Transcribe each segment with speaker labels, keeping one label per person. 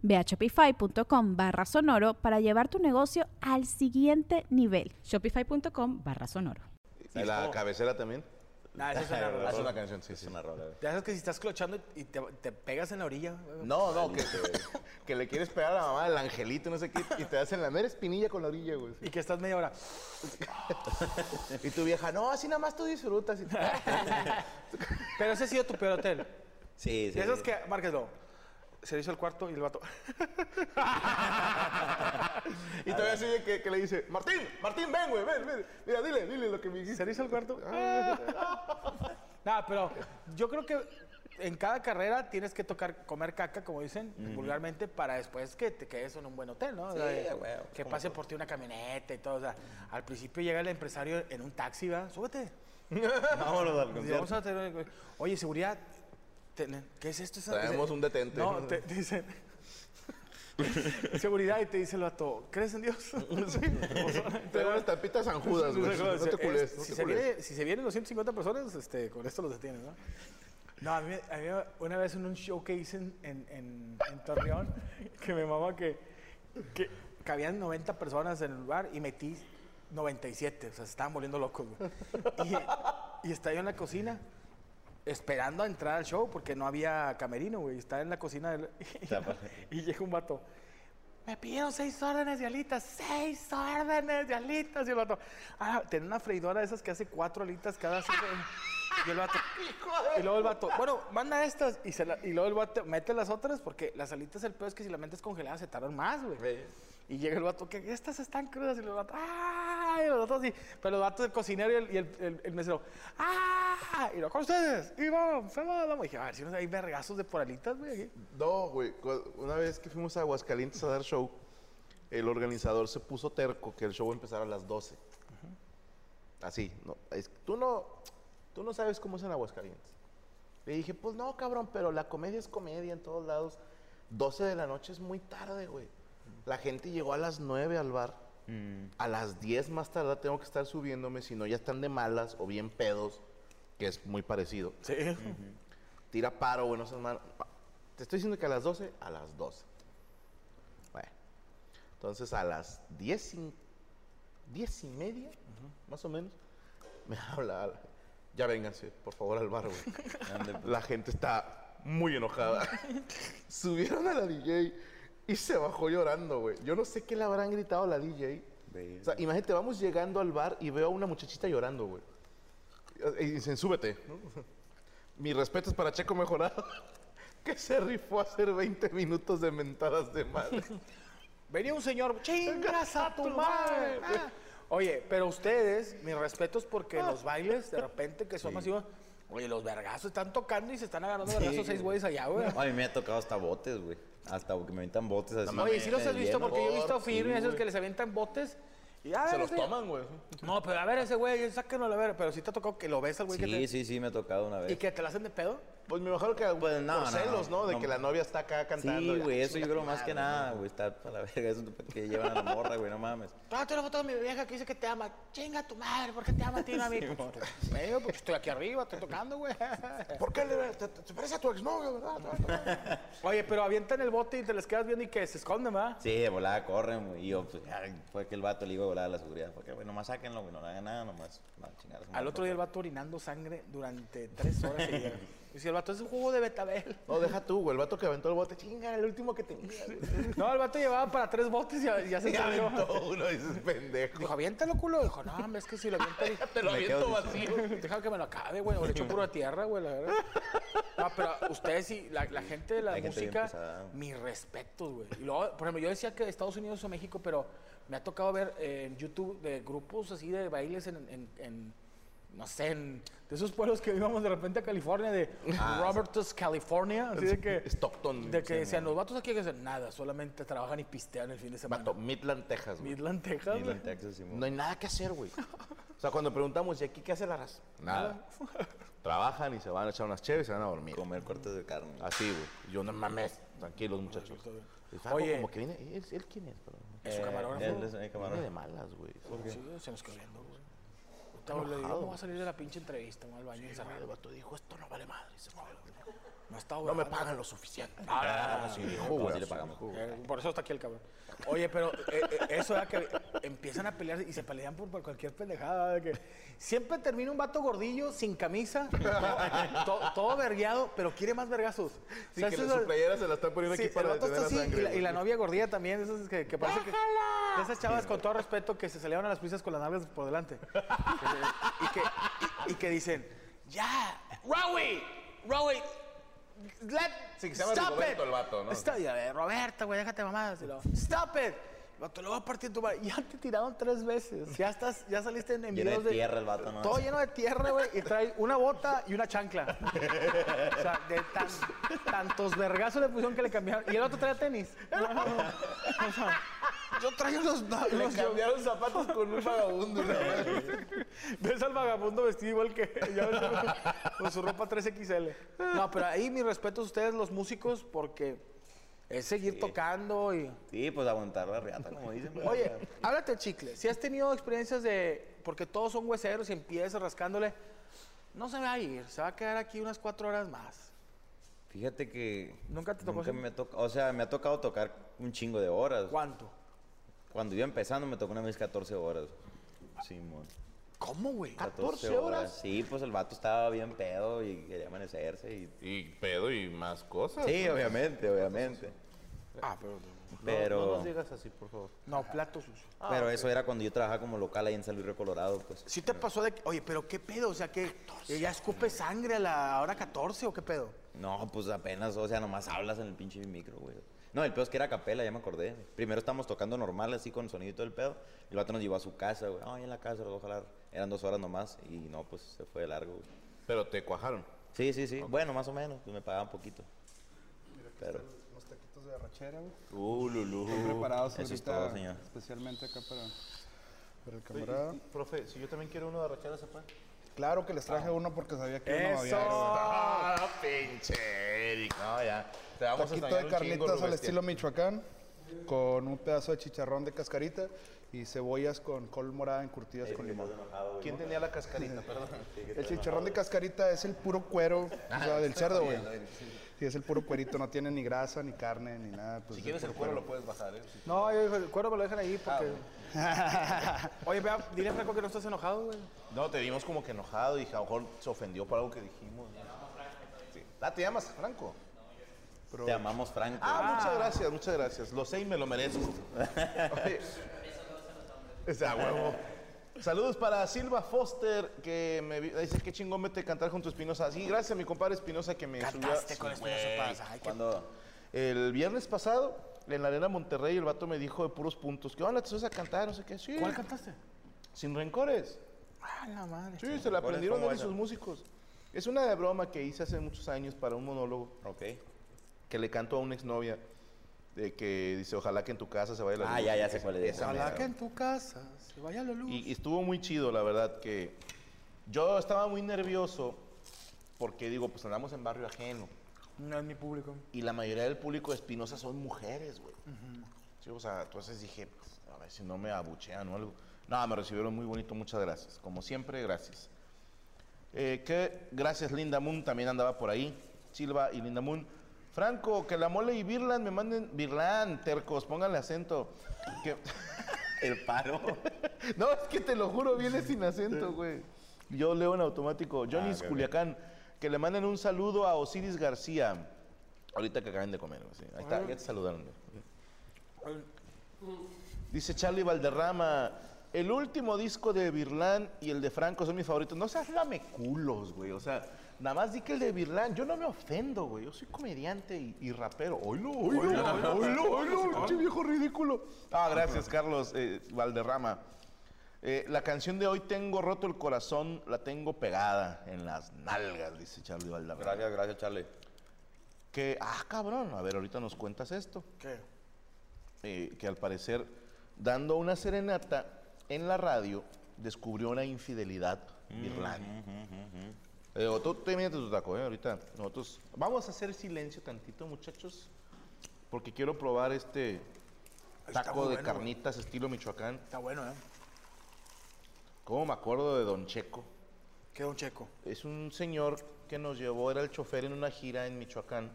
Speaker 1: Ve a shopify.com barra sonoro para llevar tu negocio al siguiente nivel.
Speaker 2: Shopify.com barra sonoro.
Speaker 3: ¿Y la cabecera también?
Speaker 4: Nah, Ah, esa es una rola.
Speaker 3: Es una canción, sí, es una rola. eh.
Speaker 4: Te haces que si estás clochando y te, te pegas en la orilla. güey.
Speaker 3: No, no, que, que le quieres pegar a la mamá del angelito, no sé qué, y te hacen la mera espinilla con la orilla, güey.
Speaker 4: Y que estás media hora.
Speaker 3: Y tu vieja, no, así nada más tú disfrutas. y-
Speaker 4: Pero ese ha sido tu peor hotel.
Speaker 5: Sí, sí.
Speaker 4: De esos que, márqueslo. Se le hizo el cuarto y el vato.
Speaker 3: Y todavía así de que, que le dice, Martín, Martín, ven, güey, ven, ven. Mira, dile, dile lo que me Ah.
Speaker 4: Se
Speaker 3: hiciste.
Speaker 4: le hizo el cuarto. Nada, pero yo creo que en cada carrera tienes que tocar, comer caca, como dicen vulgarmente, para después que te quedes en un buen hotel, ¿no? O sea,
Speaker 5: Sí,
Speaker 4: que-
Speaker 5: a huevo,
Speaker 4: que pase por ti una camioneta y todo. O sea, al principio llega el empresario en un taxi, ¿verdad? Súbete.
Speaker 5: Vámonos al
Speaker 4: Dice, vamos
Speaker 5: concierto.
Speaker 4: a tener- Oye, seguridad. ten- ¿Qué es esto? Esa-
Speaker 3: Traemos
Speaker 4: dice-
Speaker 3: un detente.
Speaker 4: No, te te dicen. seguridad y te dice el vato, ¿crees en Dios? Sí.
Speaker 3: Trae unas tapitas anjudas, güey. No te culés, no
Speaker 4: si,
Speaker 3: te
Speaker 4: se
Speaker 3: culés.
Speaker 4: viene- si se vienen 250 personas, este, con esto los detienes, ¿no? No, a mí, a mí una vez en un show que hice en, en- en- en Torreón, que me mamá que, que cabían 90 personas en el lugar y metí 97, o sea, se estaban volviendo locos, güey. Y, y estaba yo en la cocina esperando a entrar al show porque no había camerino, güey. Estaba en la cocina del- y, llega un vato. Me pidieron seis órdenes de alitas, seis órdenes de alitas. Y el vato, ah, tenía una freidora de esas que hace cuatro alitas cada cinco. Y el vato, y luego el vato, bueno, manda estas. Y, se la- y luego el vato mete las otras porque las alitas, el peor es que si las metes congeladas se tardan más, güey. Y llega el vato, que estas están crudas. Y el vato, ¡ay! Y los vatos así. Pero el vato del cocinero y el, y el, el- el mesero, ¡ah! Y lo con ustedes. Y vamos, vamos, vamos. Y dije, a ver si no hay vergazos de poralitas, güey. aquí".
Speaker 3: No, güey. cu- Una vez que fuimos a Aguascalientes a dar show, el organizador se puso terco que el show empezara a las 12. Así. No, es- tú, no, tú no sabes cómo es en Aguascalientes. Le dije, pues no, cabrón, pero la comedia es comedia en todos lados. 12 de la noche es muy tarde, güey. La gente llegó a las 9 al bar. A las 10 más tarde tengo que estar subiéndome, si no ya están de malas o bien pedos, que es muy parecido
Speaker 4: Sí.
Speaker 3: tira paro, güey, no seas malo. Pa- Te estoy diciendo que a las 12, a las 12. Bueno, entonces a las 10 y, 10 y media, más o menos, me habla, Ala, ya vénganse, por favor, al bar, güey. la gente está muy enojada. Subieron a la DJ y se bajó llorando, güey. Yo no sé qué le habrán gritado a la DJ. O sea, imagínate, vamos llegando al bar y veo a una muchachita llorando, güey. Y y dicen, súbete, ¿no? Mi respeto es para Checo Mejorado, que se rifó a hacer 20 minutos de mentadas de madre.
Speaker 4: Venía un señor, chingas a tu madre. Ah. Oye, pero ustedes, mis respetos porque los bailes de repente que son masivos, oye, los vergazos están tocando y se están agarrando vergazos seis güeyes allá, güey.
Speaker 5: No, a mí me ha tocado hasta botes, güey. Hasta que me aventan botes así.
Speaker 4: Oye, si los
Speaker 5: me
Speaker 4: has visto
Speaker 5: lleno.
Speaker 4: porque yo he visto
Speaker 3: Por-
Speaker 4: firmes
Speaker 3: sí,
Speaker 4: esos
Speaker 3: güey.
Speaker 4: que les avientan botes y a ver,
Speaker 3: Se los
Speaker 4: ese-
Speaker 3: toman, güey.
Speaker 4: No, pero a ver ese güey, sáquenlo a la ver, pero si te ha tocado que lo ves al güey que
Speaker 5: Sí,
Speaker 4: te-
Speaker 5: sí, sí, me ha tocado una
Speaker 4: y
Speaker 5: vez.
Speaker 4: que te la hacen de pedo.
Speaker 3: Pues me imagino que
Speaker 5: Pues, no,
Speaker 3: por
Speaker 5: no,
Speaker 3: celos, ¿no? De
Speaker 5: no.
Speaker 3: que la novia está acá cantando.
Speaker 5: Sí,
Speaker 3: y,
Speaker 5: güey,
Speaker 3: "Ah,
Speaker 5: eso yo
Speaker 3: chinga
Speaker 5: creo
Speaker 3: tu
Speaker 5: más
Speaker 3: madre".
Speaker 5: que nada, güey. Está para la verga, eso que llevan a la morra, güey, no mames.
Speaker 4: Ah, te la foto de mi vieja que dice que te ama. Chinga tu madre, ¿por qué te ama a ti, no a mí? Pues, pues, medio, porque estoy aquí arriba, estoy tocando, güey.
Speaker 3: ¿Por qué le, te, te- te parece a tu exnovio, verdad?
Speaker 4: Oye, pero avientan el bote y te les quedas viendo y que se esconden, ¿verdad?
Speaker 5: Sí, de volada corren, güey. Y yo, pues, ay, fue que el vato le iba a volar a la seguridad. Fue que, güey, nomás sáquenlo, güey, no le hagan nada, nomás. No, chingar a su madre.
Speaker 4: Al otro día el vato orinando sangre durante tres horas seguidas. Y si el vato es un jugo de betabel.
Speaker 3: No, deja tú, güey. El vato que aventó el bote, chinga, el último que tenía. güey.
Speaker 4: No, el vato llevaba para tres botes y ya, ya se
Speaker 3: Y
Speaker 4: salió.
Speaker 3: aventó uno, dices,
Speaker 4: Dijo,
Speaker 3: pendejo.
Speaker 4: aviéntalo, culo. Dijo, no, hombre, es que si lo aviento... dije,
Speaker 3: Te lo
Speaker 5: Me quedo
Speaker 3: aviento
Speaker 5: sin-
Speaker 3: vacío.
Speaker 4: Deja que me lo acabe, güey. O le echo pura tierra, güey, la verdad. No, pero ustedes sí, la, la gente de la,
Speaker 5: La gente bien
Speaker 4: música,
Speaker 5: pesada.
Speaker 4: mis respetos, güey. Y luego, por ejemplo, yo decía que de Estados Unidos o México, pero me ha tocado ver eh, en YouTube de grupos así de bailes en, en- en- no sé, en- de esos pueblos que íbamos de repente a California, de
Speaker 5: Ah,
Speaker 4: Robertus, California, así de que...
Speaker 3: Stockton.
Speaker 4: De que decían, los vatos aquí que hacen nada, solamente trabajan y pistean el fin de semana.
Speaker 3: Vato, Midland, Texas, güey.
Speaker 4: Midland, Texas. güey.
Speaker 5: Midland, Texas, Simón.
Speaker 3: No hay nada que hacer, güey. O sea, cuando preguntamos, ¿y aquí qué hace la raza? Nada. Trabajan y se van a echar unas cheves y se van a dormir.
Speaker 5: Comer cortes de carne.
Speaker 3: Así, güey. Yo no mames. Tranquilos, muchachos. Y Fabo
Speaker 4: Oye.
Speaker 3: como que viene. ¿Él, él quién es? perdón?
Speaker 4: Es su camarógrafo.
Speaker 5: él es eh, mi
Speaker 3: Viene de
Speaker 5: camarógrafo.
Speaker 3: malas, güey.
Speaker 4: Sí, se nos corriendo, güey. Gustavo, le digo,
Speaker 3: enojado,
Speaker 4: ¿cómo va a salir de la pinche entrevista? Me voy al baño encerrado.
Speaker 3: El vato dijo, esto no vale madre. y se fue.
Speaker 4: No está
Speaker 3: No me
Speaker 4: bravo.
Speaker 3: pagan lo suficiente.
Speaker 4: No, no, no, no,
Speaker 3: Así
Speaker 4: sí.
Speaker 3: dijo,
Speaker 5: No,
Speaker 3: Ah, güey, pues,
Speaker 5: así le
Speaker 3: así
Speaker 5: pagamos.
Speaker 3: dijo.
Speaker 4: ah. Eh, Por eso está aquí el cabrón. Oye, pero eh, eh, eso era que empiezan a pelear y se pelean por, por cualquier pendejada. de que siempre termina un vato gordillo, sin camisa, todo, to- todo vergueado, pero quiere más vergazos. O
Speaker 3: Sí,
Speaker 4: sea,
Speaker 3: que
Speaker 4: eso
Speaker 3: la-
Speaker 4: es
Speaker 3: su
Speaker 4: lo-
Speaker 3: playera se la está poniendo
Speaker 4: Sí,
Speaker 3: aquí para
Speaker 4: el vato
Speaker 3: detener
Speaker 4: está
Speaker 3: la
Speaker 4: así,
Speaker 3: sangre.
Speaker 4: y, la, y la
Speaker 3: güey.
Speaker 4: novia gordilla también, esas que, que parece que... de esas chavas, con todo respeto, que se salieron a las prisas con las nalgas por delante. Que se- y, que, y, y que dicen, ya, Rowie, Rowie, let,
Speaker 3: Sí, que se llama Rigoberto el vato, ¿no?
Speaker 4: Está- y, eh, Roberto, güey, déjate mamadas. Y luego, stop it. Y vato, le voy a partir tu madre. Ya te tiraron tres veces. Ya estás, ya saliste en, en
Speaker 5: Lleno de
Speaker 4: videos
Speaker 5: tierra el vato, ¿no?
Speaker 4: Todo lleno de tierra, güey, y trae una bota y una chancla. O sea, de tan- tantos vergazos le pusieron que le cambiaron. Y el otro traía tenis.
Speaker 3: Yo traigo los... Le cambiaron zapatos con un vagabundo. una madre.
Speaker 4: Ves al vagabundo vestido igual que ya ves, con su ropa 3XL. No, pero ahí mis respetos a ustedes, los músicos, porque es seguir tocando y.
Speaker 5: Sí, pues aguantar la riata, como dicen. pues.
Speaker 4: Oye, háblate del chicle. Si has tenido experiencias de. Porque todos son hueseros y empiezas rascándole. No se va a ir, se va a quedar aquí unas cuatro horas más.
Speaker 5: Fíjate que.
Speaker 4: ¿Nunca te tocó
Speaker 5: nunca
Speaker 4: eso?
Speaker 5: me toca- O sea, me ha tocado tocar un chingo de horas.
Speaker 4: ¿Cuánto?
Speaker 5: Cuando iba empezando me tocó una vez 14 horas. Sí, mon.
Speaker 4: ¿Cómo, güey?
Speaker 3: 14 horas.
Speaker 5: Sí, pues el vato estaba bien pedo y quería amanecerse. Y...
Speaker 3: Y pedo y más cosas.
Speaker 5: Sí, obviamente, obviamente.
Speaker 4: Ah, pero.
Speaker 3: pues, No
Speaker 5: Pero,
Speaker 3: nos Ah, digas así, por favor.
Speaker 4: No, plato sucio.
Speaker 5: pero eso era cuando yo trabajaba como local ahí en San Luis Río Colorado, pues.
Speaker 4: Sí te pasó de. que- Oye, pero qué pedo, o sea, que. ¿Ya escupe sangre a la hora 14 o qué pedo?
Speaker 5: No, pues apenas, o sea, nomás hablas en el pinche micro, güey. No, el pedo es que era capela, ya me acordé. Primero estábamos tocando normal, así con sonido y todo el pedo. Y el vato nos llevó a su casa, güey. Ay, en la casa, ojalá. Eran dos horas nomás. Y no, pues se fue de largo, güey.
Speaker 3: Pero te cuajaron.
Speaker 5: Sí, sí, sí. Bueno, más o menos. Pues me pagaban poquito. Pero,
Speaker 6: Unos taquitos de arrachera, güey.
Speaker 3: Uh, Lulú.
Speaker 6: Preparados
Speaker 5: eso es
Speaker 6: ahorita,
Speaker 5: todo, señor.
Speaker 6: especialmente acá para, para el camarada.
Speaker 3: Profe, si yo también quiero uno de arrachera, ¿se puede?
Speaker 6: Claro que les traje uno porque sabía que uno había.
Speaker 4: ¡Eso!
Speaker 3: Ah, pinche Eric. No, ya. Te vamos
Speaker 6: Taquito
Speaker 3: extrañar
Speaker 6: de
Speaker 3: un chingo,
Speaker 6: carnitas al
Speaker 3: Rubén.
Speaker 6: estilo Michoacán, con un pedazo de chicharrón de cascarita y cebollas con col morada encurtidas con limón.
Speaker 5: Ah,
Speaker 3: ¿Quién tenía la cascarita? Perdón.
Speaker 6: El chicharrón de cascarita es el puro cuero o sea, del cerdo, güey. Sí, es el puro cuerito, no tiene ni grasa, ni carne, ni nada. pues,
Speaker 3: Si
Speaker 6: es
Speaker 3: quieres el
Speaker 6: puro
Speaker 3: cuero, lo puedes bajar, ¿eh? Ah,
Speaker 4: No, yo digo, el cuero me lo dejan ahí porque. Oye, vea, dile a Franco que no estás enojado, güey.
Speaker 3: No, te vimos como que enojado. Dije, a lo mejor se ofendió por algo que dijimos. Sí. Ah, ¿te llamas Franco?
Speaker 5: te amamos, Franco.
Speaker 3: Ah, muchas gracias, muchas gracias. Lo sé y me lo merezco. Oye. Es a huevo. Saludos para Silva Foster, que me vi- dice que chingón vete a cantar junto a Espinosa. Sí, gracias a mi compadre Espinosa que me subió.
Speaker 4: Cantaste
Speaker 3: Sí,
Speaker 4: con Espinosa
Speaker 3: güey.
Speaker 4: Paz, ay, qué-
Speaker 5: Cuando
Speaker 3: El viernes pasado, en la Arena Monterrey, el vato me dijo de puros puntos que, hola, te vas a cantar, no sé qué. Sí,
Speaker 4: ¿Cuál cantaste?
Speaker 3: sin rencores.
Speaker 4: Ah, la madre.
Speaker 3: Sí, se la
Speaker 5: ¿Cuál es?
Speaker 3: aprendieron
Speaker 5: ¿Cómo
Speaker 3: él y
Speaker 5: es?
Speaker 3: sus músicos. Es una de broma que hice hace muchos años para un monólogo
Speaker 5: Ok.
Speaker 3: que le canto a una exnovia de que dice, ojalá que en tu casa se vaya la
Speaker 5: Ah,
Speaker 3: luz".
Speaker 5: ya, ya sé cuál es.
Speaker 3: Esa
Speaker 5: Ojalá
Speaker 3: mera.
Speaker 4: Ojalá que en tu casa se vaya la luz.
Speaker 3: Y, y estuvo muy chido, la verdad, que yo estaba muy nervioso porque digo, pues andamos en barrio ajeno
Speaker 4: No es mi público.
Speaker 3: y la mayoría del público de Espinosa son mujeres, güey. Sí, o sea, entonces dije, "Pues, a ver si no me abuchean o algo. No, me recibieron muy bonito, muchas gracias. Como siempre, gracias. Eh, que gracias Linda Moon, también andaba por ahí. Silva y Linda Moon. Franco, que la mole y Birlan me manden. Birlan, tercos, pónganle acento. Que-
Speaker 5: El paro.
Speaker 3: no, es que te lo juro, viene sin acento, güey. Yo leo en automático. Johnny
Speaker 5: Ah, ok, ok.
Speaker 3: Culiacán, Que le manden un saludo a Osiris García. Ahorita que acaben de comer. güey, sí. Ahí
Speaker 5: Ah.
Speaker 3: está, ya te saludaron. güey. Dice Charlie Valderrama. El último disco de Birlán y el de Franco son mis favoritos. No seas lameculos, güey. O sea, nada más di que el de Birlán. Yo no me ofendo, güey. Yo soy comediante y, y rapero. ¡Oilo, oilo, oilo, oilo! oilo che viejo ridículo! Ah, gracias, Carlos eh, Valderrama. Eh, la canción de hoy, Tengo roto el corazón, la tengo pegada en las nalgas, dice Charlie Valderrama.
Speaker 5: Gracias, gracias, Charlie.
Speaker 3: Que, ah, cabrón, a ver, ahorita nos cuentas esto.
Speaker 4: ¿Qué?
Speaker 3: Eh, que al parecer, dando una serenata en la radio, descubrió una infidelidad
Speaker 4: Mm,
Speaker 3: birlán. Eh, o tú, tú mírate tu taco, eh, ahorita. Nosotros vamos a hacer silencio tantito, muchachos, porque quiero probar este
Speaker 4: Está
Speaker 3: taco
Speaker 4: muy
Speaker 3: de
Speaker 4: bueno, güey.
Speaker 3: carnitas estilo Michoacán.
Speaker 4: Está bueno, ¿eh?
Speaker 3: ¿Cómo me acuerdo de Don Checo?
Speaker 4: Queda un checo.
Speaker 3: Es un señor que nos llevó, era el chofer en una gira en Michoacán.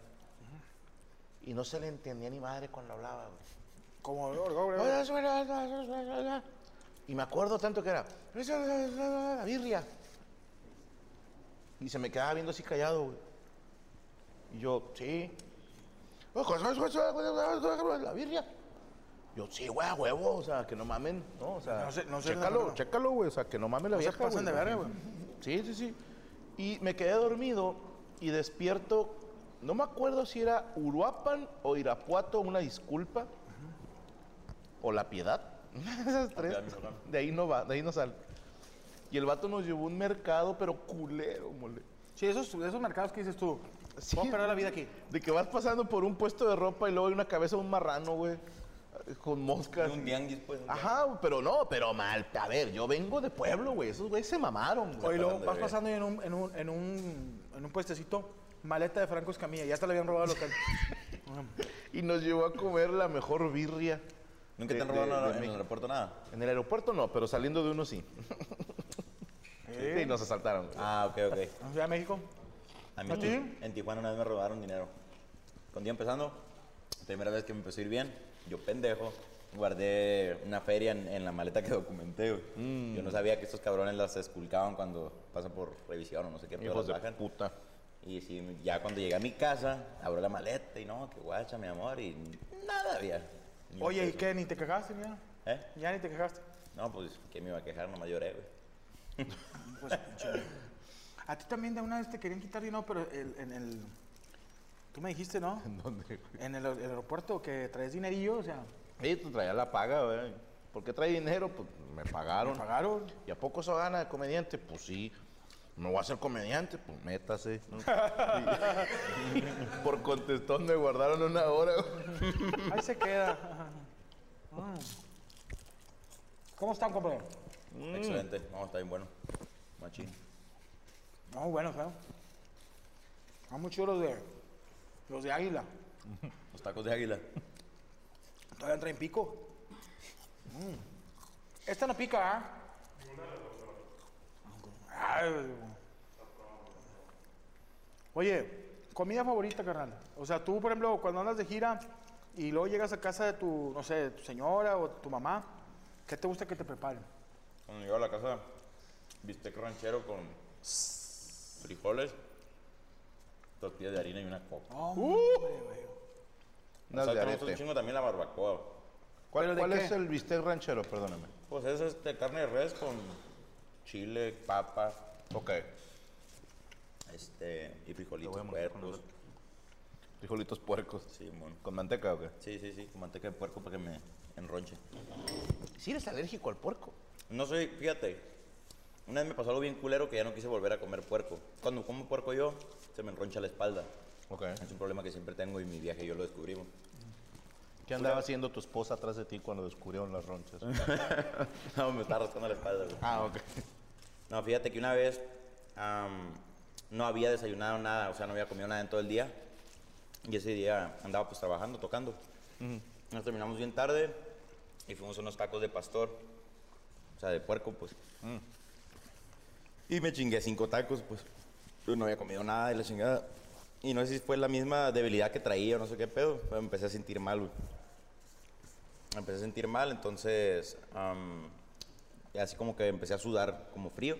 Speaker 3: Y no se le entendía ni madre cuando hablaba, güey.
Speaker 4: Como. Orgullo, güey.
Speaker 3: Y me acuerdo tanto que era. La birria. Y se me quedaba viendo así callado, güey. Y yo, sí. La birria. Yo, sí, güey, a huevo. O sea, que no mamen. No, o sea,
Speaker 4: No se- no se-
Speaker 3: chécalo, chécalo, güey. O sea, que no mamen la
Speaker 4: No se
Speaker 3: vieja,
Speaker 4: pasen de verga, güey.
Speaker 3: Sí, sí, sí. Y me quedé dormido y despierto. No me acuerdo si era Uruapan o Irapuato, una disculpa. O La Piedad. Esas tres.
Speaker 5: Piedad, Michoacán.
Speaker 3: De ahí no va, de ahí no sale. Y el vato nos llevó a un mercado, pero culero, mole.
Speaker 4: Sí, esos, esos mercados que dices tú.
Speaker 3: Sí.
Speaker 4: Voy a perder la vida aquí.
Speaker 3: De que vas pasando por un puesto de ropa y luego hay una cabeza de un marrano, güey. Con moscas.
Speaker 5: Un tianguis, pues. un
Speaker 3: Ajá, pero no, pero mal. A ver, yo vengo de pueblo, güey. Esos güeyes se mamaron, güey.
Speaker 4: Oye, luego
Speaker 5: pasan de
Speaker 4: vas
Speaker 5: verga.
Speaker 4: pasando y en un, en, un, en, un, en un puestecito, maleta de Franco Escamilla. Ya te la habían robado al local.
Speaker 3: Y nos llevó a comer la mejor birria.
Speaker 5: ¿Nunca
Speaker 3: de-
Speaker 5: te han robado
Speaker 3: de-
Speaker 5: nada
Speaker 3: de
Speaker 5: en el
Speaker 3: México.
Speaker 5: aeropuerto nada?
Speaker 3: En el aeropuerto no, pero saliendo de uno sí. Sí, nos asaltaron. güey.
Speaker 5: ¿Eh? Ah, ok, ok.
Speaker 4: ¿En Ciudad de México?
Speaker 5: A mí en
Speaker 4: ti?
Speaker 5: Ti- en Tijuana una vez me robaron dinero. Cuando iba empezando, primera vez que me empezó a ir bien, yo pendejo, guardé una feria en, en la maleta que documenté. güey. Yo no sabía que estos cabrones las esculcaban cuando pasan por revisión o no sé qué. pedo,
Speaker 3: Hijos
Speaker 5: las
Speaker 3: de
Speaker 5: bajan.
Speaker 3: puta.
Speaker 5: Y sí, ya cuando llegué a mi casa, abro la maleta y no, que guacha, mi amor, y nada había. Ni un
Speaker 4: Oye, ¿y
Speaker 5: peso.
Speaker 4: qué? ¿Ni te cagaste, mira?
Speaker 5: ¿Eh?
Speaker 4: ¿Ya ni te cagaste?
Speaker 5: No, pues, ¿qué me iba a quejar? Nomás lloré, güey.
Speaker 4: Pues, pinche. A ti también de una vez te querían quitar dinero, pero el- en el... Tú me dijiste, ¿no?
Speaker 3: ¿En dónde? güey?
Speaker 4: En el, el aeropuerto que traes dinerillo, o sea,
Speaker 3: Ella te traía la paga, güey. ¿Por qué trae dinero? Pues me pagaron.
Speaker 4: me pagaron.
Speaker 3: ¿Y a poco eso gana de comediante? Pues sí. ¿No voy a ser comediante? Pues métase. ¿no? Y- Por contestón me guardaron una hora. güey.
Speaker 4: Ahí se queda. Mm. ¿Cómo están, compadre?
Speaker 5: Excelente. No, está bien bueno. Machín.
Speaker 4: No, bueno, feo. Están muy chulos de. Los de águila.
Speaker 5: Los tacos de águila.
Speaker 4: Todavía traen pico. Mm. Esta no pica, ¿ah? Ay. Oye, comida favorita, carnal. O sea, tú, por ejemplo, cuando andas de gira y luego llegas a casa de tu, no sé, de tu señora o tu mamá, ¿qué te gusta que te preparen?
Speaker 5: Cuando llego a la casa, bistec ranchero con frijoles, tortillas de harina y una copa.
Speaker 3: Unas de
Speaker 5: Nosotros tenemos un
Speaker 3: Oh. arete.
Speaker 5: chingo también la barbacoa.
Speaker 3: ¿Cuál,
Speaker 4: ¿Pero de
Speaker 3: cuál
Speaker 4: qué?
Speaker 3: es el bistec ranchero? Perdóname.
Speaker 5: Pues es este, carne de res con chile, papa,
Speaker 3: Ok.
Speaker 5: este, y frijolitos
Speaker 3: Lo voy a marcar con
Speaker 5: puercos.
Speaker 3: Frijolitos puercos.
Speaker 5: Sí, mon.
Speaker 3: ¿Con manteca o qué?
Speaker 5: sí, sí, sí, con manteca de puerco para que me enronche.
Speaker 3: Sí, eres alérgico al puerco.
Speaker 5: No soy, fíjate, una vez me pasó algo bien culero que ya no quise volver a comer puerco. Cuando como puerco yo, se me enroncha la espalda.
Speaker 3: Ok.
Speaker 5: Es un problema que siempre tengo y en mi viaje yo lo descubrimos.
Speaker 3: ¿Qué andaba haciendo tu esposa atrás de ti cuando descubrieron las ronchas?
Speaker 5: no, me está rascando la espalda, güey.
Speaker 3: ah, ok.
Speaker 5: No, fíjate que una vez am, no había desayunado nada, o sea, no había comido nada en todo el día. Y ese día andaba pues trabajando, tocando. Nos terminamos bien tarde y fuimos a unos tacos de pastor, o sea, de puerco, pues.
Speaker 3: Mm.
Speaker 5: Y me chingué cinco tacos, pues. Yo no había comido nada y la chingada. Y no sé si fue la misma debilidad que traía o no sé qué pedo, pero me empecé a sentir mal, güey. Me empecé a sentir mal, entonces am, y así como que empecé a sudar como frío.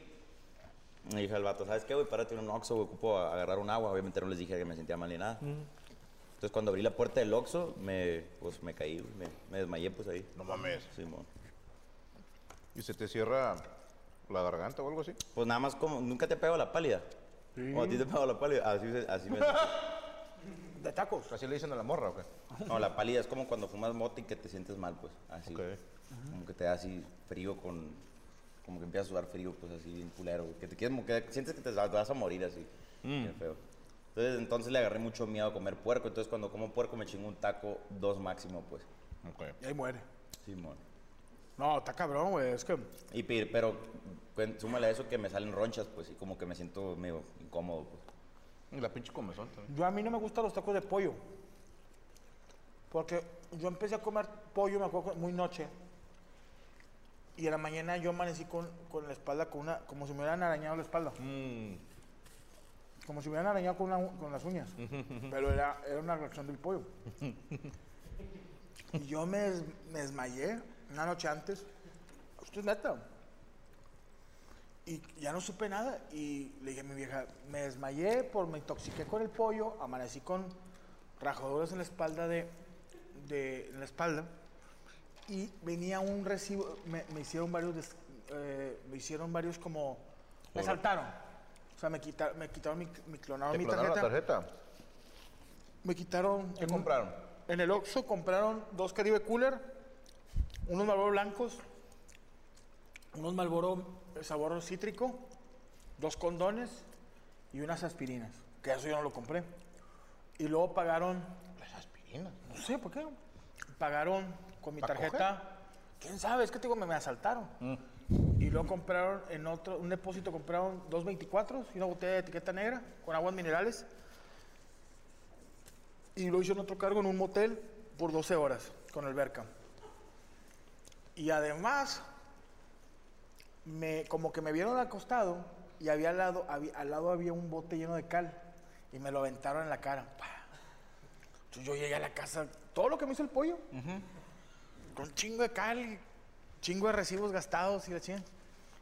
Speaker 5: Me dije al vato, ¿sabes qué, güey? Párate en un Oxxo, güey, ocupo a- agarrar un agua. Obviamente no les dije que me sentía mal ni nada. Entonces, cuando abrí la puerta del Oxxo, me, pues, me caí, güey, me, me desmayé, pues, ahí.
Speaker 3: No mames.
Speaker 5: Simón.
Speaker 7: ¿Y se te cierra la garganta o algo así?
Speaker 5: Pues nada más como, ¿nunca te pego la pálida? ¿O a ti te pego la pálida? Así, se- así me...
Speaker 4: ¿De tacos?
Speaker 7: ¿Así le dicen a la morra o qué?
Speaker 5: No, la pálida es como cuando fumas mota y que te sientes mal, pues, así.
Speaker 7: Ok.
Speaker 5: Como que te da así frío con... Como que empiezas a sudar frío, pues, así, bien culero. güey, Que te quieres... mo- que sientes que te vas- vas a morir así. Qué feo. Entonces, entonces le agarré mucho miedo a comer puerco. Entonces, cuando como puerco me chingo un taco, dos máximo, pues.
Speaker 7: Ok.
Speaker 4: Y ahí muere.
Speaker 5: Simón.
Speaker 4: No, está cabrón, güey. Es que.
Speaker 5: Y pe- pero cuen- súmale a eso que me salen ronchas, pues, y como que me siento medio incómodo, pues.
Speaker 7: Y la pinche comezón también.
Speaker 4: Yo a mí no me gustan los tacos de pollo. Porque yo empecé a comer pollo, me acuerdo, muy noche. Y en la mañana yo amanecí con, con la espalda, con una, como si me hubieran arañado la espalda. Como si me hubieran arañado con, una u- con las uñas. Pero era, era una reacción del pollo. y yo me, des- me desmayé una noche antes. Esto es neta. Y ya no supe nada. Y le dije a mi vieja, me desmayé, por, me intoxiqué con el pollo, amanecí con rajaduras en la espalda de, de- en la espalda. Y venía un recibo, me, me hicieron varios, des- eh, me hicieron varios como, me saltaron. O sea, me, quita- me quitaron mi, mi clonado,
Speaker 7: ¿Te
Speaker 4: mi
Speaker 7: clonaron
Speaker 4: tarjeta.
Speaker 7: la tarjeta?
Speaker 4: Me quitaron.
Speaker 7: ¿Qué
Speaker 4: en un-
Speaker 7: compraron?
Speaker 4: En el Oxxo compraron dos Caribe Cooler, unos Marlboro blancos, unos Marlboro eh, sabor cítrico, dos condones y unas aspirinas. Que eso yo no lo compré. Y luego pagaron,
Speaker 7: Las aspirinas.
Speaker 4: no sé por qué, pagaron con mi
Speaker 7: ¿Pa'
Speaker 4: tarjeta. ¿Quién sabe? Es que te digo, me, me asaltaron. Y luego compraron en otro, un depósito compraron dos 24 y una botella de etiqueta negra con aguas minerales. Y lo hicieron otro cargo en un motel por 12 horas con alberca. Y además, me, como que me vieron acostado y había al, lado, había- al lado había un bote lleno de cal y me lo aventaron en la cara. pa. Entonces yo llegué a la casa, todo lo que me hizo el pollo, con chingo de cal y chingo de recibos gastados y la chingada.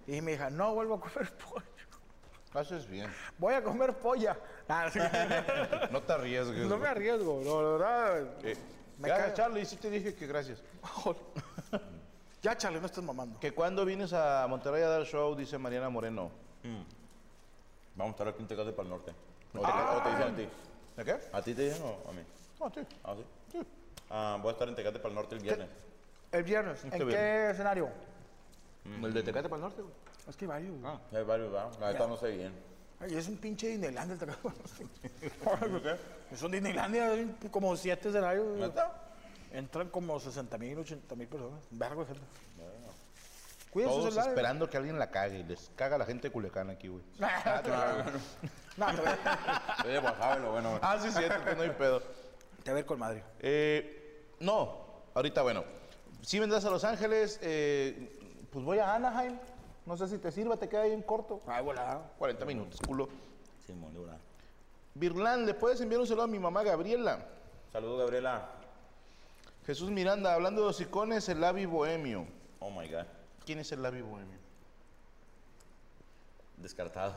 Speaker 4: Y dije, mi hija, no vuelvo a comer pollo.
Speaker 7: Haces bien.
Speaker 4: Voy a comer polla. Ah, sí.
Speaker 7: No te arriesgues. Eh,
Speaker 4: no me arriesgo, no, la verdad. me
Speaker 7: ya,
Speaker 4: caga.
Speaker 7: Charlie, sí te dije que gracias.
Speaker 4: Ya, Charlie, no estás mamando.
Speaker 7: Que cuando vienes a Monterrey a dar show, dice Mariana Moreno.
Speaker 5: Mm. Vamos a estar aquí un tecate para el norte. ¿O te,
Speaker 7: Ah.
Speaker 5: o te dicen a ti?
Speaker 7: ¿De qué?
Speaker 5: ¿A ti te dicen o a mí?
Speaker 7: No, sí.
Speaker 5: Ah, sí. Ah, voy a estar en Tecate para el Norte el viernes.
Speaker 4: El viernes, ¿en
Speaker 7: Este
Speaker 4: qué
Speaker 7: viernes.
Speaker 4: escenario?
Speaker 7: Mm. ¿El de Tecate para el Norte? güey?
Speaker 4: Es que hay varios. güey.
Speaker 5: Ya hay varios, ¿verdad? La neta no sé bien.
Speaker 4: Ay, es un pinche Disneylandia el Tacatapas. Es un Disneylandia, hay un- como siete escenarios. güey.
Speaker 5: ¿Neta?
Speaker 4: Entran como 60 mil, 80 mil personas. Un vergo de gente. Cuiden sus
Speaker 7: Todos
Speaker 4: celulares.
Speaker 7: esperando que alguien la cague y les caga la gente de Culiacán aquí, güey.
Speaker 4: No, te voy a-
Speaker 5: Soy de Guasave, lo bueno.
Speaker 7: Ah, sí, es cierto, que no hay pedo.
Speaker 4: te voy a ir con madre.
Speaker 7: Eh, no, ahorita bueno. Si vendrás a Los Ángeles, eh, pues voy a Anaheim. No sé si te sirva, te queda ahí en corto.
Speaker 4: Ay, volada.
Speaker 7: 40 minutos, culo.
Speaker 5: Simón, de una.
Speaker 7: Virlán, ¿le puedes enviar un saludo a mi mamá Gabriela?
Speaker 5: Saludos, Gabriela.
Speaker 7: Jesús Miranda, hablando de hocicones, el Labi Bohemio.
Speaker 5: Oh my God.
Speaker 7: ¿Quién es el Labi Bohemio?
Speaker 5: Descartado.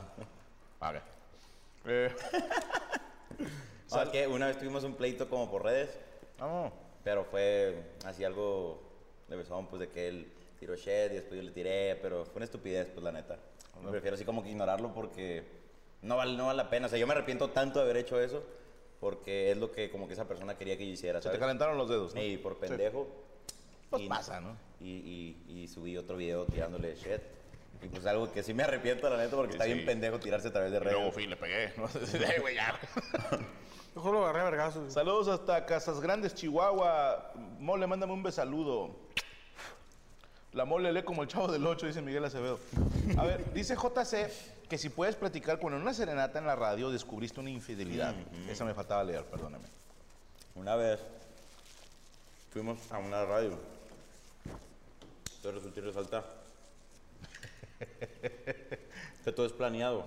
Speaker 7: Vale. Eh,
Speaker 5: ¿Sabes qué? Una vez tuvimos un pleito como por redes,
Speaker 7: vamos.
Speaker 5: pero fue así algo de besón, pues de que él tiró shit y después yo le tiré, pero fue una estupidez, pues la neta. Me prefiero así como que ignorarlo porque no vale, no vale la pena. O sea, yo me arrepiento tanto de haber hecho eso porque es lo que como que esa persona quería que yo hiciera,
Speaker 7: Se te
Speaker 5: ¿sabes?
Speaker 7: calentaron los dedos, ¿no?
Speaker 5: Y por pendejo.
Speaker 7: Pues pasa, ¿no?
Speaker 5: Y, y- y subí otro video tirándole shit. Y pues algo que sí me arrepiento, la neta, porque está bien
Speaker 7: sí.
Speaker 5: pendejo tirarse a través de redes.
Speaker 7: fin, le pegué. ¿no? Eh, güey, ya.
Speaker 4: Yo solo agarré a vergazos.
Speaker 7: Saludos hasta Casas Grandes, Chihuahua. Mole, mándame un besaludo. La mole lee como el chavo del 8, dice Miguel Acevedo. A ver, dice JC que si puedes platicar con una serenata en la radio, descubriste una infidelidad. Esa me faltaba leer, perdóname.
Speaker 5: Una vez fuimos a una radio. Entonces resulta y resalta que todo es planeado.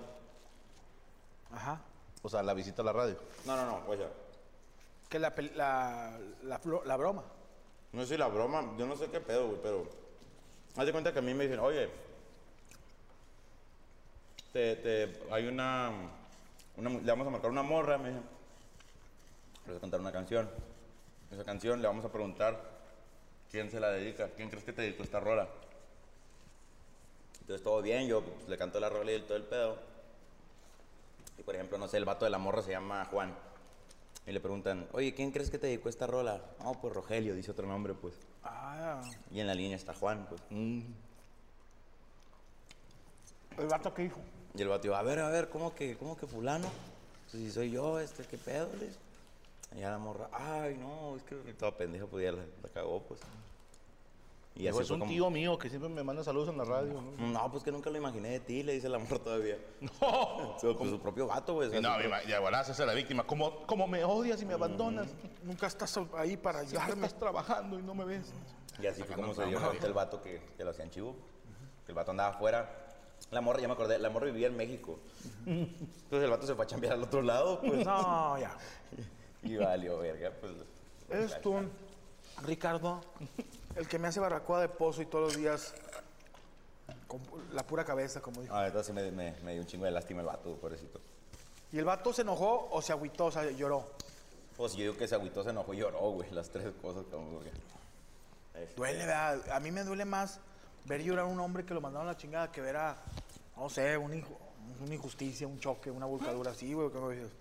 Speaker 4: Ajá.
Speaker 7: O sea, la visita a la radio.
Speaker 5: No, no, no, oye.
Speaker 4: Que la, pel- la, la, flo- la broma.
Speaker 5: No sé si la broma, yo no sé qué pedo, güey, pero. Haz de cuenta que a mí me dicen, oye, te, te- hay una, una- Le vamos a marcar una morra, me dice. Le vas a cantar una canción. Esa canción le vamos a preguntar quién se la dedica. ¿Quién crees que te dedicó esta rola? Entonces todo bien, yo pues, le canto la rola y todo el pedo. Y por ejemplo, no sé, el vato de la morra se llama Juan. Y le preguntan, oye, ¿quién crees que te dedicó esta rola? No, pues Rogelio, dice otro nombre, pues.
Speaker 4: Ah,
Speaker 5: Y en la línea está Juan, pues.
Speaker 4: el vato que dijo.
Speaker 5: Y el vato iba, a ver, a ver, ¿cómo que, cómo que fulano? Pues, si soy yo, este, ¿qué pedo? le dice. Y ya la morra, ay, no, es que estaba pendejo, pues ya la, la cagó, pues. Y
Speaker 7: Dijo,
Speaker 5: así
Speaker 7: es
Speaker 5: fue
Speaker 7: un
Speaker 5: como-
Speaker 7: tío mío que siempre me manda saludos en la radio, ¿no?
Speaker 5: No, pues que nunca lo imaginé de ti, le dice el amor todavía.
Speaker 7: No,
Speaker 5: Con su propio pues, gato, güey. o sea, su
Speaker 7: no,
Speaker 5: propio-
Speaker 7: ya volás a ser la víctima. Como, como me odias y me abandonas.
Speaker 4: Mm, Nunca estás ahí para
Speaker 7: Ya
Speaker 4: ayudarme.
Speaker 7: estás trabajando y no me ves.
Speaker 5: Y así fue como se dio cuenta el vato que, que lo hacían chivo. Que el vato andaba afuera. La morra, ya me acordé, la morra vivía en México. Entonces el vato se fue a chambear al otro lado, pues.
Speaker 4: No, ya.
Speaker 5: Y valió, verga, pues.
Speaker 4: Eres tú, Ricardo, el que me hace barbacoa de pozo y todos los días con la pura cabeza, como dijo.
Speaker 5: Ah, entonces sí me, me- me dio un chingo de lástima el vato, pobrecito.
Speaker 4: Y el vato se enojó o se agüitó, o sea, lloró.
Speaker 5: Pues yo digo que se agüitó, se enojó y lloró, güey. Las tres cosas, como que...
Speaker 4: Duele, ¿verdad? A mí me duele más ver llorar a un hombre que lo mandaron a la chingada que ver a, no sé, un hijo- una injusticia, un choque, una volcadura así, güey. como dices,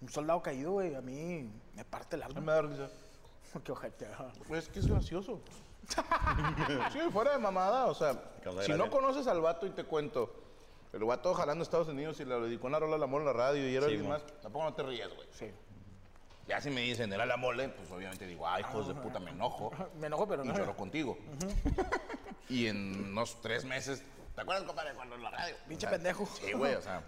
Speaker 4: Un soldado caído, güey, a mí me parte el
Speaker 7: No
Speaker 4: alma.
Speaker 7: me da risa.
Speaker 4: Qué ojete. ah. ¿verdad?
Speaker 7: Pues Es que es gracioso. sí, fuera de mamada, o sea,
Speaker 5: causa
Speaker 7: si no
Speaker 5: gracia.
Speaker 7: conoces al vato y te cuento, el vato jalando a Estados Unidos y le dedicó una rola al amor en la radio y era
Speaker 5: Sí,
Speaker 7: alguien
Speaker 5: mo.
Speaker 7: más, tampoco no te ríes, güey.
Speaker 4: Sí.
Speaker 7: Ya si me dicen, era la mole, pues obviamente digo, ay, hijos de puta, me enojo
Speaker 4: Me enojo, pero
Speaker 7: y
Speaker 4: no.
Speaker 7: lloro contigo. y en unos tres meses, ¿te acuerdas, compadre, cuando en la radio?
Speaker 4: Pinche
Speaker 7: O sea,
Speaker 4: pendejo.
Speaker 7: Sí, güey, o sea,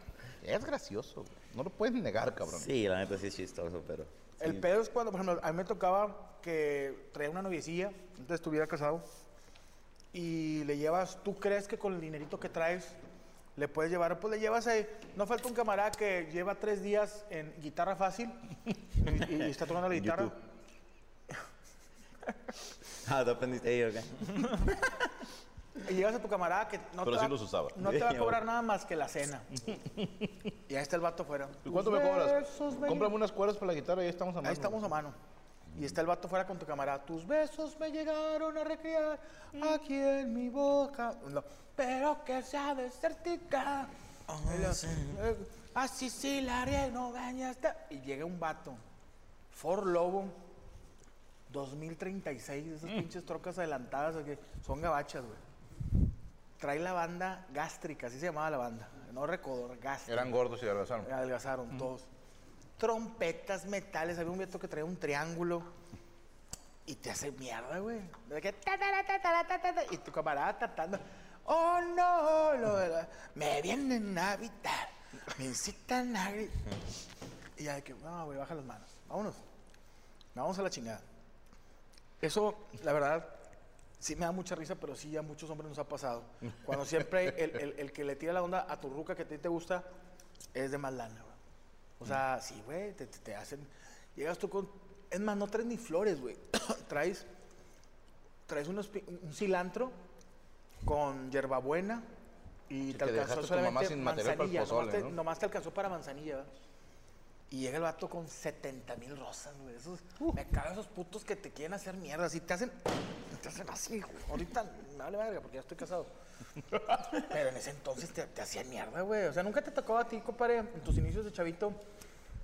Speaker 7: es gracioso, güey. No lo puedes negar, cabrón.
Speaker 5: Sí, la neta sí es chistoso, pero...
Speaker 4: El pedo es cuando, por ejemplo, a mí me tocaba que traía una noviecilla, entonces estuviera casado, y le llevas, tú crees que con el dinerito que traes le puedes llevar, pues le llevas ahí, no falta un camarada que lleva tres días en guitarra fácil y, y está tocando la
Speaker 5: En
Speaker 4: guitarra.
Speaker 5: YouTube. Ah, tú aprendiste ahí, ok.
Speaker 4: Y llevas a tu camarada que no,
Speaker 7: Pero
Speaker 4: te,
Speaker 7: sí
Speaker 4: va,
Speaker 7: los usaba.
Speaker 4: no te va a cobrar nada más que la cena. y ahí está el vato fuera.
Speaker 7: ¿Y cuánto me
Speaker 4: Tus
Speaker 7: cobras?
Speaker 4: besos, ven-
Speaker 7: Cómprame unas cuerdas para la guitarra y ahí estamos amando.
Speaker 4: Ahí estamos a mano. Y está el vato fuera con tu camarada. Tus besos me llegaron a recrear aquí en mi boca. No, Pero que sea desértica. Y la- eh, Así sí la haré, no bañaste. Y llega un vato. Ford Lobo. 2036. Esas pinches trocas adelantadas. que Son gabachas, güey. Trae la banda gástrica. Así se llamaba la banda. No recodor, gástrica.
Speaker 7: Eran gordos y adelgazaron.
Speaker 4: Adelgazaron todos. Trompetas, metales. Había un viejo que traía un triángulo. Y te hace mierda, güey. De que ta, ta, ta, ta, ta, ta, ta, ta, Y tu camarada tratando. Oh, no. lo de la- me vienen a habitar. Me incitan a gri-". Y ya de que, no, güey, baja las manos. Vámonos. Vamos a la chingada. Eso, la verdad, sí me da mucha risa, pero sí a muchos hombres nos ha pasado. Cuando siempre el, el- el que le tira la onda a tu ruca que a ti te gusta es de más lana, güey. O
Speaker 7: Mm.
Speaker 4: sea, sí, güey, te, te- te hacen... Llegas tú con... Es más, no traes ni flores, güey. traes traes unos pi- un cilantro con hierbabuena y
Speaker 7: Que
Speaker 4: te
Speaker 7: te
Speaker 4: alcanzó
Speaker 7: dejaste tu mamá
Speaker 4: solamente
Speaker 7: sin material para el
Speaker 4: manzanilla.
Speaker 7: pozole,
Speaker 4: nomás, te,
Speaker 7: ¿no?
Speaker 4: nomás te alcanzó para manzanilla, ¿verdad? Y llega el vato con 70 mil rosas, güey. Esos,
Speaker 7: Uh.
Speaker 4: Me cagan esos putos que te quieren hacer mierda. Si te hacen, te hacen así, güey. Ahorita me vale verga porque ya estoy casado. Pero en ese entonces te, te hacían mierda, güey. O sea, nunca te tocó a ti, compadre, en tus inicios de chavito,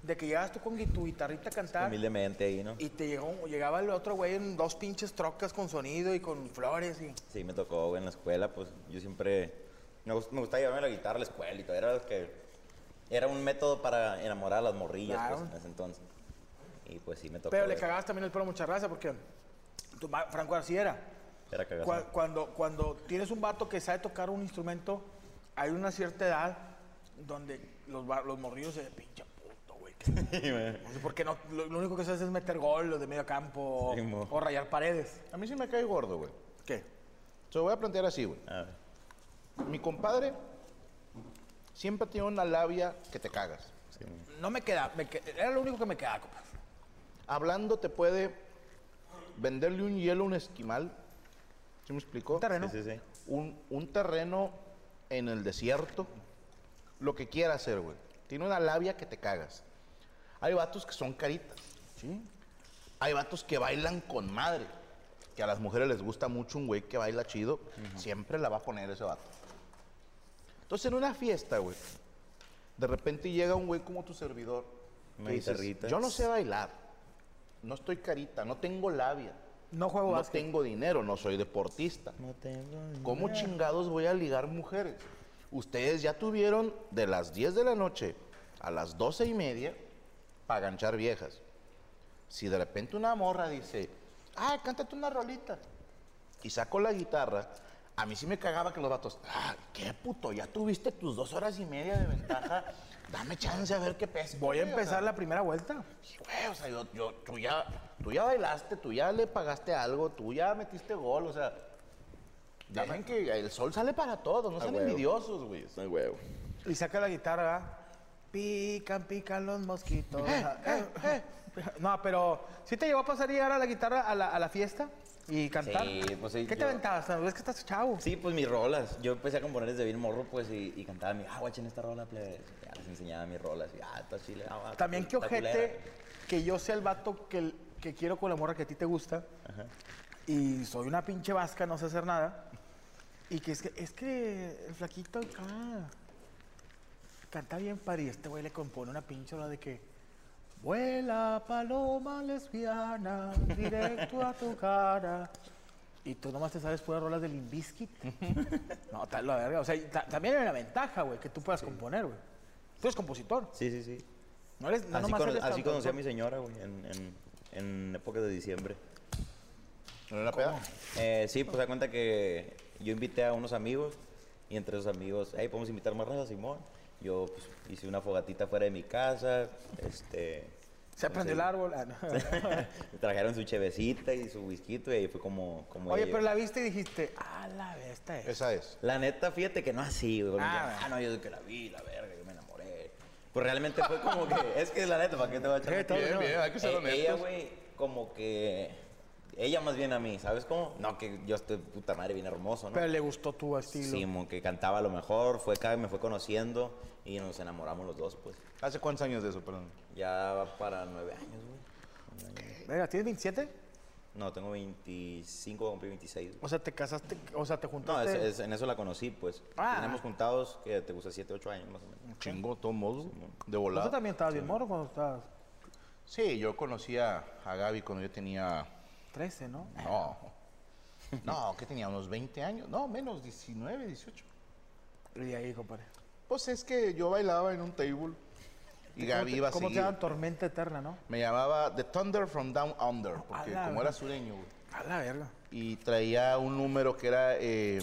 Speaker 4: de que llegas tú con gui- tu guitarrita a cantar.
Speaker 5: Humildemente ahí, ¿no?
Speaker 4: Y te llegó, llegaba el otro güey en dos pinches trocas con sonido y con flores y...
Speaker 5: Sí, me tocó güey, en la escuela, pues yo siempre. Me, gust- me gustaba llevarme la guitarra a la escuela y todo. Era, lo que, era un método para enamorar a las morrillas pues,
Speaker 4: Claro.
Speaker 5: en ese entonces. Y pues sí, me tocó.
Speaker 4: Pero le
Speaker 5: ver-
Speaker 4: cagabas también el pelo a mucha raza porque tu ma- Franco así era.
Speaker 5: Era cagazón.
Speaker 4: Cua- Cuando, cuando tienes un vato que sabe tocar un instrumento, hay una cierta edad donde los, va- los morrillos se pinche puto, güey. que- no sé por qué no, lo, lo único que sabes es meter gol, los de medio campo
Speaker 5: Sí, mo.
Speaker 4: o, o rayar paredes.
Speaker 7: A mí sí me cae gordo, güey.
Speaker 4: ¿Qué?
Speaker 7: Se lo voy a plantear así, güey.
Speaker 5: A ver.
Speaker 7: Mi compadre siempre tiene una labia que te cagas.
Speaker 4: No me queda, me que- era lo único que me quedaba, compa.
Speaker 7: Hablando te puede venderle un hielo a un esquimal. ¿Sí me explicó?
Speaker 4: Un terreno.
Speaker 5: Sí, sí, sí.
Speaker 7: Un, un terreno en el desierto.
Speaker 3: lo que quiera hacer, güey. Tiene una labia que te cagas. Hay vatos que son caritas. Sí. Hay vatos que bailan con madre. Que a las mujeres les gusta mucho un güey que baila chido. Siempre la va a poner ese vato. Entonces, en una fiesta, güey, de repente llega un güey como tu servidor.
Speaker 5: Una
Speaker 3: que dices,
Speaker 5: guitarrita.
Speaker 3: Yo no sé bailar. No estoy carita. No tengo labia.
Speaker 4: No juego
Speaker 3: No
Speaker 4: básquet.
Speaker 3: tengo dinero. No soy deportista.
Speaker 5: No tengo.
Speaker 3: ¿Cómo chingados voy a ligar mujeres? Ustedes ya tuvieron de las 10 de la noche a las 12 y media para ganchar viejas. Si de repente una morra dice, ay, cántate una rolita, y saco la guitarra, a mí sí me cagaba que los vatos, ay, qué puto, ya tuviste tus dos horas y media de ventaja, dame chance a ver qué pesa.
Speaker 4: Voy a empezar la primera vuelta.
Speaker 3: Sí, güey, o sea, yo, yo- tú, ya, tú ya bailaste, tú ya le pagaste algo, tú ya metiste gol, o sea. Dejen que el sol sale para todos, no sean
Speaker 7: huevo.
Speaker 3: envidiosos, güey.
Speaker 7: No hay huevo.
Speaker 4: Y saca la guitarra. ¿verdad? Pican, pican los mosquitos.
Speaker 5: Eh,
Speaker 4: No, pero ¿sí te llegó a pasar llegar a la guitarra a la, a la fiesta y cantar?
Speaker 5: Sí, pues sí,
Speaker 4: ¿Qué te
Speaker 5: yo-
Speaker 4: aventabas? Es que estás chavo.
Speaker 5: Sí, pues mis rolas. Yo empecé a componer desde bien morro, pues, y, y cantaba mi, ah, guachen esta rola, plebe. Ya les enseñaba mis rolas. Y, ah, está chile, ah, va,
Speaker 4: También qué
Speaker 5: está culera.
Speaker 4: ojete que yo sea el vato que, el- que quiero con la morra que a ti te gusta. Y soy una pinche vasca, no sé hacer nada. Y que es que, es que el flaquito acá canta bien pari. Este güey le compone una pinche rola de que vuela paloma lesbiana directo a tu cara. Y tú nomás te sabes puras rolas de Limbiskit. no, tal la verga. O sea, y ta- también hay una ventaja, güey, que tú puedas componer, güey. Tú eres compositor.
Speaker 5: Sí, sí, sí.
Speaker 4: No eres, no
Speaker 5: así
Speaker 4: nomás
Speaker 5: cono-
Speaker 4: eres
Speaker 5: así conocí a
Speaker 4: cantautor.
Speaker 5: mi señora, güey, en, en, en época de diciembre.
Speaker 3: ¿No era peda?
Speaker 5: Eh, sí, pues da cuenta que yo invité a unos amigos y entre esos amigos, hey, podemos invitar más raza, Simón. Yo pues, hice una fogatita fuera de mi casa, este.
Speaker 4: Se aprendió el
Speaker 5: conseguí-
Speaker 4: árbol. ah, no.
Speaker 5: Trajeron su chevecita y su whisky y ahí fue como. como
Speaker 4: Oye,
Speaker 5: ella-
Speaker 4: pero la viste y dijiste, ah, la besta es.
Speaker 3: Esa es.
Speaker 5: La neta, fíjate que no así, güey. porque
Speaker 4: Ah,
Speaker 5: ya, Ah, no, yo de que la vi, la verga, yo me enamoré. Pues realmente fue como que. Es que la neta, ¿para qué te va a echar?
Speaker 4: Eh, todo
Speaker 5: mentiras?
Speaker 4: bien,
Speaker 7: bien, hay que ser
Speaker 5: Eh, Ella,
Speaker 7: honestos.
Speaker 5: güey, como que. Ella más bien a mí, ¿sabes cómo? No, que yo estoy puta madre, bien hermoso, ¿no?
Speaker 4: Pero le gustó tu estilo.
Speaker 5: Sí, mo, que cantaba lo mejor, fue acá, me fue conociendo y nos enamoramos los dos, pues.
Speaker 7: ¿Hace cuántos años de eso, perdón?
Speaker 5: Ya va para nueve años, güey.
Speaker 4: Venga, ¿tienes 27?
Speaker 5: No, tengo 25, voy a cumplir 26.
Speaker 4: O
Speaker 5: güey.
Speaker 4: sea, te casaste, o sea, te
Speaker 5: No,
Speaker 4: juntaste.
Speaker 5: es- es- en eso la conocí, pues.
Speaker 4: Este Ah.
Speaker 5: Tenemos juntados, que te gusta 7, 8 años más o menos.
Speaker 7: Chingo, todo modo. De
Speaker 4: Tú
Speaker 7: volada.
Speaker 4: también estabas bien moro cuando estabas
Speaker 3: Sí, yo conocí a, a Gaby cuando yo tenía.
Speaker 4: 13, ¿no?
Speaker 3: No. No, que tenía unos 20 años. No, menos 19, 18.
Speaker 4: Y de ahí, compadre.
Speaker 3: Pues es que yo bailaba en un table y Gaby iba a
Speaker 4: ¿Cómo te
Speaker 3: seguir.
Speaker 4: dan tormenta eterna, no?
Speaker 3: Me llamaba The Thunder from Down Under, porque
Speaker 4: la
Speaker 3: como
Speaker 4: verga.
Speaker 3: era sureño, güey.
Speaker 4: A la verga.
Speaker 3: y traía un número que era. eh,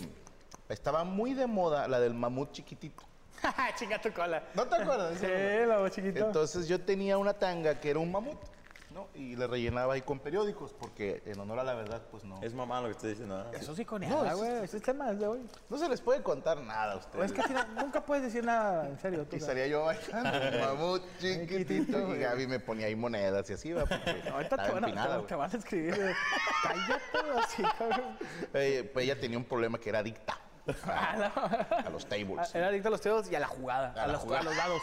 Speaker 3: estaba muy de moda la del mamut chiquitito.
Speaker 4: Chinga tu cola.
Speaker 3: ¿No te acuerdas?
Speaker 4: Sí, la voz chiquito.
Speaker 3: Entonces yo tenía una tanga que era un mamut, ¿no? Y le rellenaba ahí con periódicos, porque en honor a la verdad, pues no.
Speaker 5: Es mamá lo que estoy diciendo. ¿verdad?
Speaker 4: Eso sí con nada,
Speaker 3: eso
Speaker 4: güey. Eso es tema de hoy.
Speaker 3: No se les puede contar nada a ustedes.
Speaker 4: Es que al final nunca puedes decir nada, en serio. Tú,
Speaker 3: Y salía yo bailando, mamut chiquitito, y Gaby me ponía ahí monedas y así, va, porque
Speaker 4: Ahorita te
Speaker 3: estaba
Speaker 4: van, a,
Speaker 3: empinada,
Speaker 4: te,
Speaker 3: güey.
Speaker 4: te van a escribir. güey. Cállate, así, cabrón.
Speaker 3: Eh, pues ella tenía un problema que era adicta
Speaker 4: Ah,
Speaker 3: a, a los tables.
Speaker 4: Era adicto a los teos y a la jugada.
Speaker 3: A
Speaker 4: A,
Speaker 3: la
Speaker 4: los,
Speaker 3: jugada.
Speaker 4: a los dados.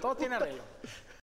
Speaker 4: Todo tiene arreglo.